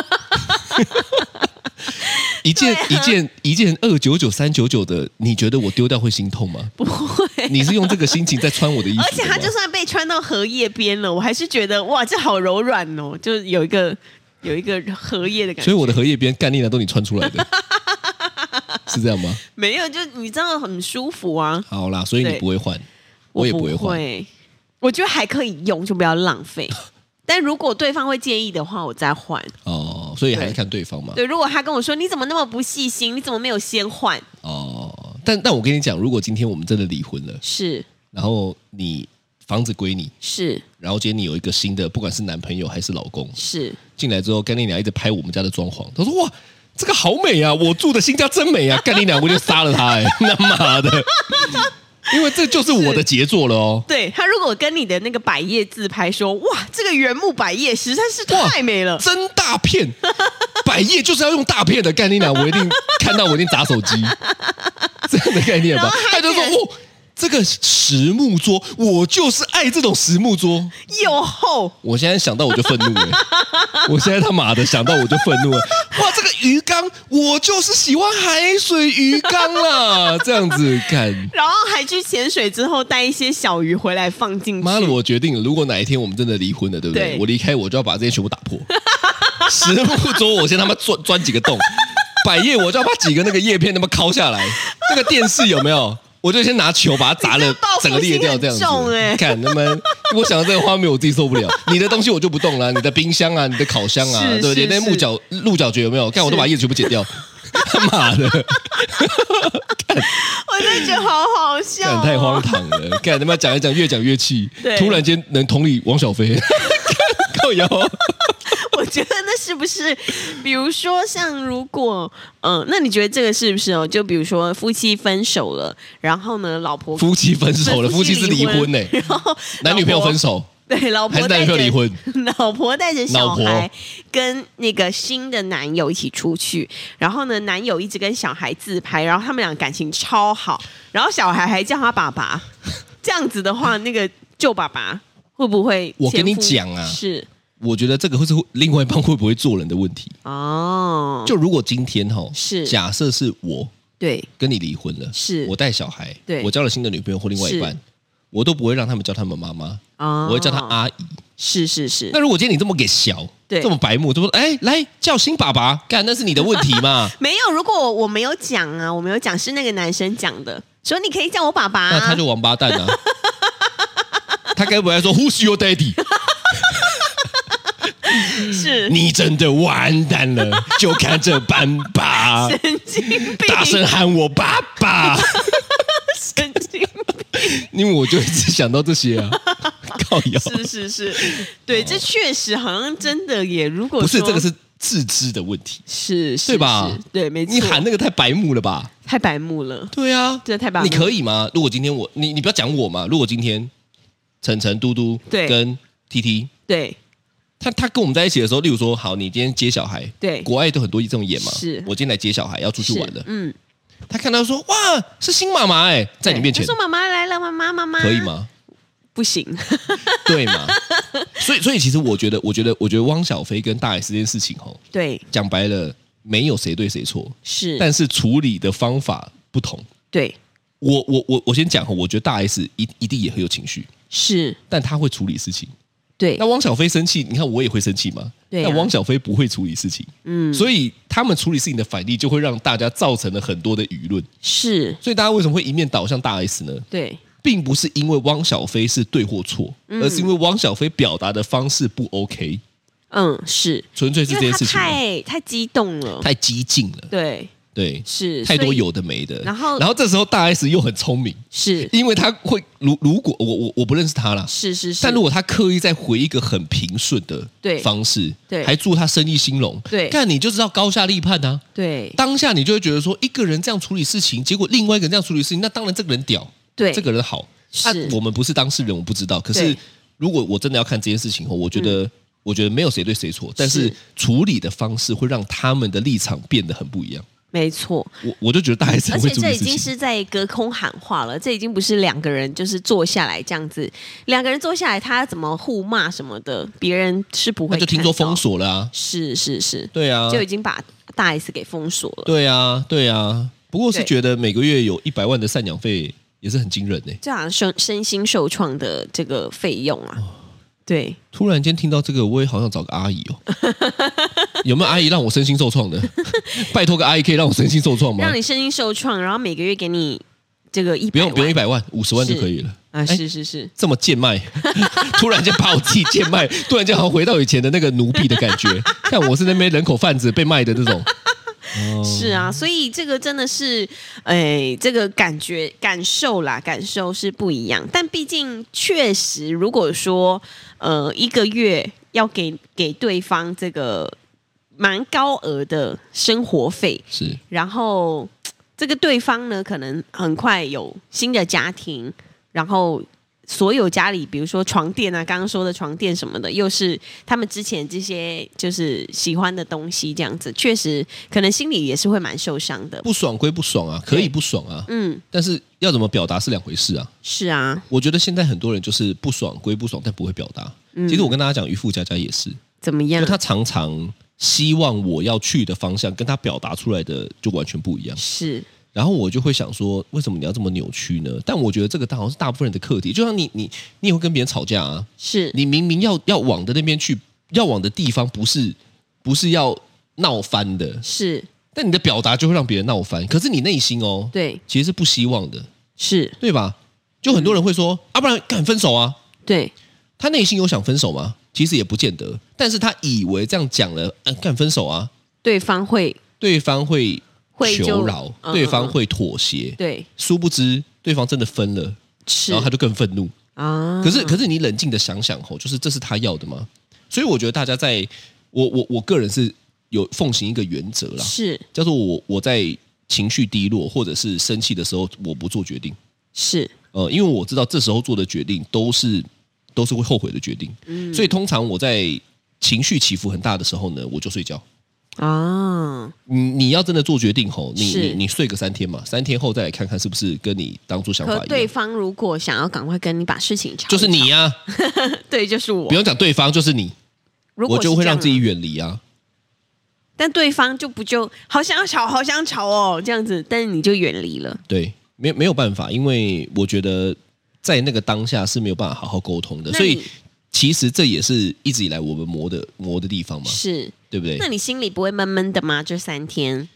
Speaker 3: 一件、
Speaker 2: 啊
Speaker 3: 一件一件二九九三九九的，你觉得我丢掉会心痛吗？
Speaker 2: 不会。啊
Speaker 3: 你是用这个心情在穿我的衣服的吗，
Speaker 2: 而且它就算被穿到荷叶边了，我还是觉得哇，这好柔软哦，就有一个有一个荷叶的感觉。
Speaker 3: 所以我的荷叶边干你的都你穿出来 的，是这样吗？
Speaker 2: 没有，就你知道很舒服啊，
Speaker 3: 好啦，所以你
Speaker 2: 对
Speaker 3: 不会换，
Speaker 2: 我
Speaker 3: 也
Speaker 2: 不
Speaker 3: 会换。
Speaker 2: 我觉得还可以用，就不要浪 费。但如果对方会介意的话，我再换。
Speaker 3: 哦，所以还是看对方嘛。
Speaker 2: 对，如果他跟我说你怎么那么不细心，你怎么没有先换？
Speaker 3: 哦，但但我跟你讲，如果今天我们真的离婚了，
Speaker 2: 是
Speaker 3: 然后你房子归你，
Speaker 2: 是
Speaker 3: 然后今天你有一个新的，不管是男朋友还是老公
Speaker 2: 是，
Speaker 3: 进来之后，干你娘一直拍我们家的装潢，他说哇。这个好美啊！我住的新家真美啊！ 干你娘，我就杀了他、 哎，他妈的！因为这就是我的杰作了哦。
Speaker 2: 对他如果跟你的那个百叶自拍说哇，这个原木百叶实在是太美了，
Speaker 3: 真大 片，百叶就是要用大片的概念啊！我一定看到，我一定砸手机，这样的概念
Speaker 2: 然
Speaker 3: 吧
Speaker 2: 后？他
Speaker 3: 他就
Speaker 2: 竟
Speaker 3: 说：“
Speaker 2: 然
Speaker 3: 哦，这个实木桌，我就是爱这种实木桌。
Speaker 2: 又厚”
Speaker 3: 我现在想到我就愤怒了， 我现在他妈的想到我就愤怒了。哇，这个鱼缸，我就是喜欢海水鱼缸啦，这样子看。
Speaker 2: 然后还去潜水之后带一些小鱼回来放进去。
Speaker 3: 妈的，我决定了，如果哪一天我们真的离婚了，对不对？
Speaker 2: 对
Speaker 3: 我离开，我就要把这些全部打破。 实木桌，我先他妈钻钻几个洞；百叶，我就要把几个那个叶片他妈敲下来。那个电视有没有？我就先拿球把它砸
Speaker 2: 你这
Speaker 3: 了
Speaker 2: 个报，复
Speaker 3: 整个裂掉这样
Speaker 2: 心很重
Speaker 3: 子。
Speaker 2: 欸
Speaker 3: 看他们，我想到这个画面，我自己受不了。你的东西我就不动了，你的冰箱啊，你的烤箱啊，
Speaker 2: 是
Speaker 3: 对不对？
Speaker 2: 是
Speaker 3: 那些木角鹿角蕨有没有？看我都
Speaker 2: 是
Speaker 3: 把叶子全 部剪掉。他妈的，
Speaker 2: 我真的觉得好好笑、
Speaker 3: 干
Speaker 2: 哦，
Speaker 3: 太荒唐了！干他妈讲一讲，越讲越气
Speaker 2: 对，
Speaker 3: 突然间能同理王小 飞，靠腰。
Speaker 2: 我觉得那是不是，比如说像如果，嗯、那你觉得这个是不是哦？就比如说夫妻分手了，然后呢，老婆
Speaker 3: 夫妻分手了，
Speaker 2: 夫
Speaker 3: 夫
Speaker 2: 妻
Speaker 3: 妻是离婚呢、欸
Speaker 2: 然后
Speaker 3: 男女朋友分，手，
Speaker 2: 对，老
Speaker 3: 还
Speaker 2: 婆
Speaker 3: 是男
Speaker 2: 带
Speaker 3: 女朋
Speaker 2: 着
Speaker 3: 友离婚？
Speaker 2: 老婆带着小
Speaker 3: 老
Speaker 2: 孩
Speaker 3: 婆
Speaker 2: 跟那个新的男友一起出去，然后呢，男友一直跟小孩自拍，然后他们俩感情超好，然后小孩还叫他爸爸，这样子的话，那个舅爸爸会不会前夫？
Speaker 3: 我跟你讲啊
Speaker 2: 是
Speaker 3: 我觉得这个会是另外一半会不会做人的问题。
Speaker 2: 哦，
Speaker 3: 就如果今天哈、哦，
Speaker 2: 是
Speaker 3: 假设是我
Speaker 2: 对，
Speaker 3: 跟你离婚了，
Speaker 2: 是
Speaker 3: 我带小孩，
Speaker 2: 对
Speaker 3: 我交了新的女朋友或另外一半
Speaker 2: 是，
Speaker 3: 我都不会让他们叫他们妈妈，
Speaker 2: 哦
Speaker 3: 我会叫她阿姨。
Speaker 2: 是是是
Speaker 3: 那，如果今天你这么给小，
Speaker 2: 对？
Speaker 3: 这么白目，就说哎来叫新爸爸，干那是你的问题嘛
Speaker 2: 没有。如果我没有讲啊，我没有讲，是那个男生讲的，说你可以叫我爸爸、 啊。
Speaker 3: 那他就王八蛋啊！ 他该不会说 Who's your daddy？
Speaker 2: 是
Speaker 3: 你真的完蛋了，就看这般吧。
Speaker 2: 神经病，
Speaker 3: 大声喊我爸爸，
Speaker 2: 神经病。
Speaker 3: 因为我就一直想到这 些啊，靠腰
Speaker 2: 是是是，对，这确实好像真的耶。如果
Speaker 3: 不是
Speaker 2: 说
Speaker 3: 这个是自知的问题，
Speaker 2: 是是
Speaker 3: 对吧
Speaker 2: 是对，没错，
Speaker 3: 你喊那个太白目了吧？
Speaker 2: 太白目了。
Speaker 3: 对啊，
Speaker 2: 这太白目
Speaker 3: 你可以吗？如果今天我你你不要讲我嘛，如果今天晨晨嘟嘟
Speaker 2: 对
Speaker 3: 跟 T T。
Speaker 2: 对，
Speaker 3: 他他跟我们在一起的时候，例如说，好，你今天接小孩，
Speaker 2: 对
Speaker 3: 国外都很多这种演嘛。
Speaker 2: 是
Speaker 3: 我今天来接小孩，要出去
Speaker 2: 是
Speaker 3: 玩了。
Speaker 2: 嗯，
Speaker 3: 他看到说，哇，是新妈妈哎，在你
Speaker 2: 对
Speaker 3: 面前
Speaker 2: 就说妈妈来了，妈妈妈妈
Speaker 3: 可以？吗？
Speaker 2: 不行，
Speaker 3: 对嘛？所以，所以其实我觉得，我觉得，我觉得汪小菲跟大 S 这件事情哦，
Speaker 2: 对，
Speaker 3: 讲白了，没有谁对谁错，
Speaker 2: 是，
Speaker 3: 但是处理的方法不同。
Speaker 2: 对，
Speaker 3: 我我我我先讲哦，我觉得大 S 一一定也很有情绪，
Speaker 2: 是，
Speaker 3: 但他会处理事情。
Speaker 2: 对
Speaker 3: 那，汪小菲生气，你看我也会生气嘛？
Speaker 2: 对啊
Speaker 3: 但汪小菲不会处理事情，
Speaker 2: 嗯，
Speaker 3: 所以他们处理事情的反例就会让大家造成了很多的舆论。
Speaker 2: 是，
Speaker 3: 所以大家为什么会一面倒向大 S 呢？
Speaker 2: 对，
Speaker 3: 并不是因为汪小菲是对或错，
Speaker 2: 嗯
Speaker 3: 而是因为汪小菲表达的方式不 OK，
Speaker 2: 嗯，是，
Speaker 3: 纯粹是
Speaker 2: 因为
Speaker 3: 这件
Speaker 2: 他
Speaker 3: 事情而
Speaker 2: 太
Speaker 3: 已。
Speaker 2: 太激动了，
Speaker 3: 太激进了。
Speaker 2: 对，
Speaker 3: 对，
Speaker 2: 是
Speaker 3: 太多
Speaker 2: 所以
Speaker 3: 有的没的。
Speaker 2: 然后
Speaker 3: 然后这时候大 S 又很聪明，
Speaker 2: 是
Speaker 3: 因为他会如如果我我我不认识他啦，
Speaker 2: 是是是，
Speaker 3: 但如果他刻意再回一个很平顺的
Speaker 2: 对
Speaker 3: 方式，
Speaker 2: 对
Speaker 3: 还祝他生意兴隆，
Speaker 2: 对
Speaker 3: 看你就知道高下立判啊。
Speaker 2: 对
Speaker 3: 当下你就会觉得说，一个人这样处理事情，结果另外一个人这样处理事情，那当然这个人屌，
Speaker 2: 对
Speaker 3: 这个人好。
Speaker 2: 是
Speaker 3: 啊，我们不是当事人，我不知道。可是
Speaker 2: 对嗯
Speaker 3: 如果我真的要看这件事情后，我觉得、我觉得没有谁对谁错，但是
Speaker 2: 是
Speaker 3: 处理的方式会让他们的立场变得很不一样。
Speaker 2: 没错，
Speaker 3: 我我就觉得大 S
Speaker 2: 而
Speaker 3: 很会
Speaker 2: 且
Speaker 3: 处
Speaker 2: 这
Speaker 3: 理
Speaker 2: 已
Speaker 3: 事
Speaker 2: 经
Speaker 3: 情，
Speaker 2: 是在隔空喊话了，这已经不是两个人就是坐下来这样子，两个人坐下来他怎么互骂什么的，别人是不
Speaker 3: 那
Speaker 2: 会
Speaker 3: 就听说封
Speaker 2: 锁，
Speaker 3: 锁了啊，
Speaker 2: 是是是，
Speaker 3: 对啊，
Speaker 2: 就已经把大 S 给封锁了。
Speaker 3: 对啊，对啊。不过是
Speaker 2: 对
Speaker 3: 觉得每个月有一百万的赡养费也是很惊人呢、
Speaker 2: 这好像身身心受创的这个费用啊，
Speaker 3: 哦
Speaker 2: 对，
Speaker 3: 突然间听到这个，我也好想找个阿姨 哦。有没有阿姨让我身心受创的？拜托个阿姨可以让我身心受创吗
Speaker 2: 让？你身心受创，然后每个月给你这个一
Speaker 3: 不
Speaker 2: 百
Speaker 3: 用
Speaker 2: 万
Speaker 3: 不用一百万，五十万就哎可以了。
Speaker 2: 啊，是是是，
Speaker 3: 这么 贱卖，突然间把我自己贱卖，突然间好像回到以前的那个奴婢的感 觉。看我是那边人口贩子被卖的那种，
Speaker 2: 是啊，所以这个真的是，哎，这个感觉感受啦，感受是不一样。但毕竟确实，如果说呃一个月要给给对方这个蛮高额的生活费，
Speaker 3: 是
Speaker 2: 然后这个对方呢，可能很快有新的家庭，然后所有家里，比如说床垫啊，刚刚说的床垫什么的，又是他们之前这些就是喜欢的东西，这样子，确实可能心里也是会蛮受伤的。
Speaker 3: 不爽归不爽啊，可以不爽啊，
Speaker 2: 嗯，
Speaker 3: 但是要怎么表达是两回事啊。
Speaker 2: 是啊，
Speaker 3: 我觉得现在很多人就是不爽归不爽，但不会表达。其实我跟大家讲，渔夫佳佳也是，
Speaker 2: 怎么
Speaker 3: 因
Speaker 2: 样
Speaker 3: 为？他常常希望我要去的方向跟他表达出来的就完全不一样。
Speaker 2: 是
Speaker 3: 然后我就会想说，为什么你要这么扭曲呢？但我觉得这个大好像是大部分人的课题，就像你你你也会跟别人吵架啊，
Speaker 2: 是，
Speaker 3: 你明明要要往的那边去，要往的地方不是不是要闹翻的，
Speaker 2: 是，
Speaker 3: 但你的表达就会让别人闹翻。可是你内心哦，
Speaker 2: 对，
Speaker 3: 其实是不希望的，
Speaker 2: 是，
Speaker 3: 对吧？就很多人会说，啊，不然敢分手啊？
Speaker 2: 对，
Speaker 3: 他内心有想分手吗？其实也不见得，但是他以为这样讲了，嗯、敢分手啊，
Speaker 2: 对方会，
Speaker 3: 对方会
Speaker 2: 会就
Speaker 3: 求饶，
Speaker 2: 嗯
Speaker 3: 对方会妥协，
Speaker 2: 对，
Speaker 3: 殊不知对方真的分了，
Speaker 2: 是
Speaker 3: 然后他就更愤怒。
Speaker 2: 啊，
Speaker 3: 可是，可是你冷静的想想吼，就是这是他要的吗？所以我觉得大家在，我我我个人是有奉行一个原则啦，
Speaker 2: 是
Speaker 3: 叫做我我在情绪低落或者是生气的时候，我不做决定。
Speaker 2: 是
Speaker 3: 呃，因为我知道这时候做的决定都是都是会后悔的决定，
Speaker 2: 嗯
Speaker 3: 所以通常我在情绪起伏很大的时候呢，我就睡觉。
Speaker 2: 啊，
Speaker 3: 你你要真的做决定吼，你
Speaker 2: 是
Speaker 3: 你你睡个三天嘛，三天后再来看看是不是跟你当初想
Speaker 2: 可
Speaker 3: 法一
Speaker 2: 对
Speaker 3: 样，
Speaker 2: 方如果想要赶快跟你把事情吵一吵，
Speaker 3: 就是你呀、啊
Speaker 2: 对，就是我
Speaker 3: 不。用讲对方，就是你，
Speaker 2: 如果
Speaker 3: 我
Speaker 2: 是这
Speaker 3: 就
Speaker 2: 样
Speaker 3: 会让自己，远离啊。
Speaker 2: 但对方就不就好想要吵，好想吵哦，这样子，但是你就远离了。
Speaker 3: 对，没没有办法，因为我觉得在那个当下是没有办法好好沟通的，
Speaker 2: 那
Speaker 3: 所
Speaker 2: 你
Speaker 3: 以其实这也是一直以来我们磨的磨的地方嘛，
Speaker 2: 是，
Speaker 3: 对不对
Speaker 2: 那？你心里不会闷闷的吗？这三天，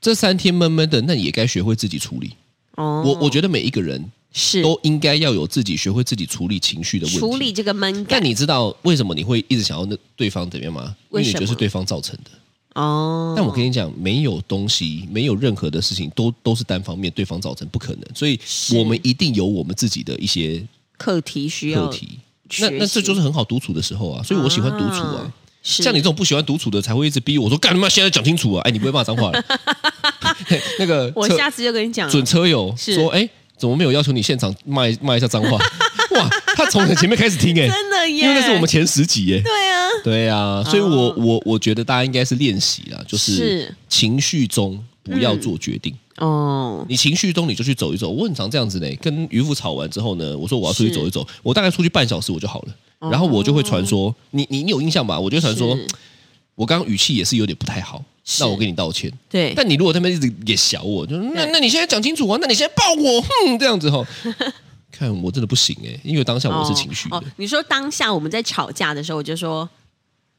Speaker 3: 这三天闷闷的，那你也该学会自己处理。
Speaker 2: 哦，
Speaker 3: 我我觉得每一个人
Speaker 2: 是
Speaker 3: 都应该要有自己学会自己处理情绪的问题。
Speaker 2: 处理这个闷
Speaker 3: 但
Speaker 2: 感
Speaker 3: 你知道为什么你会一直想要那对方怎么样吗？因
Speaker 2: 为
Speaker 3: 为你
Speaker 2: 什
Speaker 3: 觉得是
Speaker 2: 么
Speaker 3: 对方造成的。
Speaker 2: 哦。
Speaker 3: 但我跟你讲，没有东西，没有任何的事情都都是单方面对方造成，不可能。所以
Speaker 2: 是
Speaker 3: 我们一定有我们自己的一些
Speaker 2: 课题需
Speaker 3: 课
Speaker 2: 要
Speaker 3: 题。
Speaker 2: 学
Speaker 3: 那
Speaker 2: 习，
Speaker 3: 那这就是很好独处的时候啊，所以我喜欢独处啊。
Speaker 2: 是
Speaker 3: 像你这种不喜欢独处的，才会一直逼我说：“干他妈，现在讲清楚啊！”哎，你不会骂脏 话了。 那个
Speaker 2: 我
Speaker 3: 车
Speaker 2: 下次就跟你讲了，
Speaker 3: 准车友
Speaker 2: 嗯是
Speaker 3: 说：“哎，怎么没有要求你现场骂一骂一下脏 话？”哇，他从很前面开始听哎，
Speaker 2: 真的耶，
Speaker 3: 因为那是我们前十集耶。
Speaker 2: 对啊，
Speaker 3: 对啊，所以我我我觉得大家应该是练习啦，就是
Speaker 2: 是
Speaker 3: 情绪中不要做决定。
Speaker 2: 哦，
Speaker 3: 你情绪中你就去走一走。我很常这样子呢，跟渔夫吵完之后呢，我说我要出去走一走，我大概出去半小时我就好了。然后我就会传说，你你你有印象吧？我就会传说
Speaker 2: 哦是，
Speaker 3: 我刚刚语气也是有点不太好，
Speaker 2: 是
Speaker 3: 那我跟你道歉。
Speaker 2: 对，
Speaker 3: 但你如果他们一直也小我，就那
Speaker 2: 哎对
Speaker 3: 那你现在讲清楚啊，那你现在抱我，哼，这样 子吼，看我真的不行哎、因为当下我是情绪的，
Speaker 2: 哦哦。你说当下我们在吵架的时候，我就说，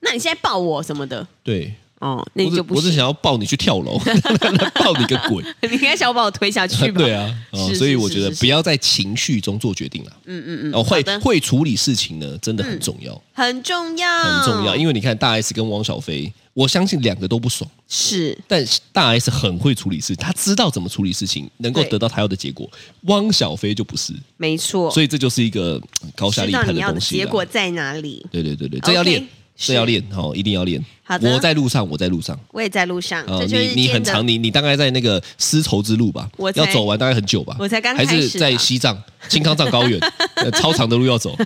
Speaker 2: 那你现在抱我什么的，
Speaker 3: 对
Speaker 2: 哦，那你就不
Speaker 3: 我只我只
Speaker 2: 行。
Speaker 3: 想要抱你去跳楼， 抱你个鬼！
Speaker 2: 你应该想要把我推下去吧？
Speaker 3: 对啊，哦
Speaker 2: 是
Speaker 3: 所以
Speaker 2: 是
Speaker 3: 我
Speaker 2: 是
Speaker 3: 觉得
Speaker 2: 是是
Speaker 3: 不要在情绪中做决定了。嗯嗯嗯，哦，会
Speaker 2: 好的
Speaker 3: 会处理事情呢，真的很重要，
Speaker 2: 很重要，
Speaker 3: 很重要。
Speaker 2: 为
Speaker 3: 因为你看大 S 跟汪小菲，我相信两个都不爽，
Speaker 2: 是
Speaker 3: 但大 S 很会处理事，她知道怎么处理事情，能够
Speaker 2: 对
Speaker 3: 得到她要的结果。汪小菲就不是，
Speaker 2: 没错，
Speaker 3: 所以这就是一个嗯高下
Speaker 2: 知
Speaker 3: 立
Speaker 2: 道
Speaker 3: 判
Speaker 2: 你要
Speaker 3: 东
Speaker 2: 的
Speaker 3: 西啦。
Speaker 2: 结果在哪里。
Speaker 3: 对对对对，
Speaker 2: OK，
Speaker 3: 这要练，
Speaker 2: 是
Speaker 3: 这要练，好、一定要练。
Speaker 2: 好的
Speaker 3: 我在路上，我在路上。
Speaker 2: 我也在路上，
Speaker 3: 哦
Speaker 2: 这就是
Speaker 3: 你你
Speaker 2: 今天
Speaker 3: 很
Speaker 2: 的
Speaker 3: 长，你你大概在那个丝绸之路吧
Speaker 2: 我，才
Speaker 3: 要走完大概很久吧，
Speaker 2: 我才刚
Speaker 3: 还
Speaker 2: 开
Speaker 3: 是
Speaker 2: 始
Speaker 3: 在
Speaker 2: 吧
Speaker 3: 西藏青康藏高 原，呃超长的路要走。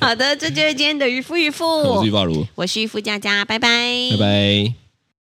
Speaker 2: 好的，这就是今天的渔夫渔夫，
Speaker 3: 我是玉发如，
Speaker 2: 我是渔夫佳佳，拜拜，
Speaker 3: 拜拜。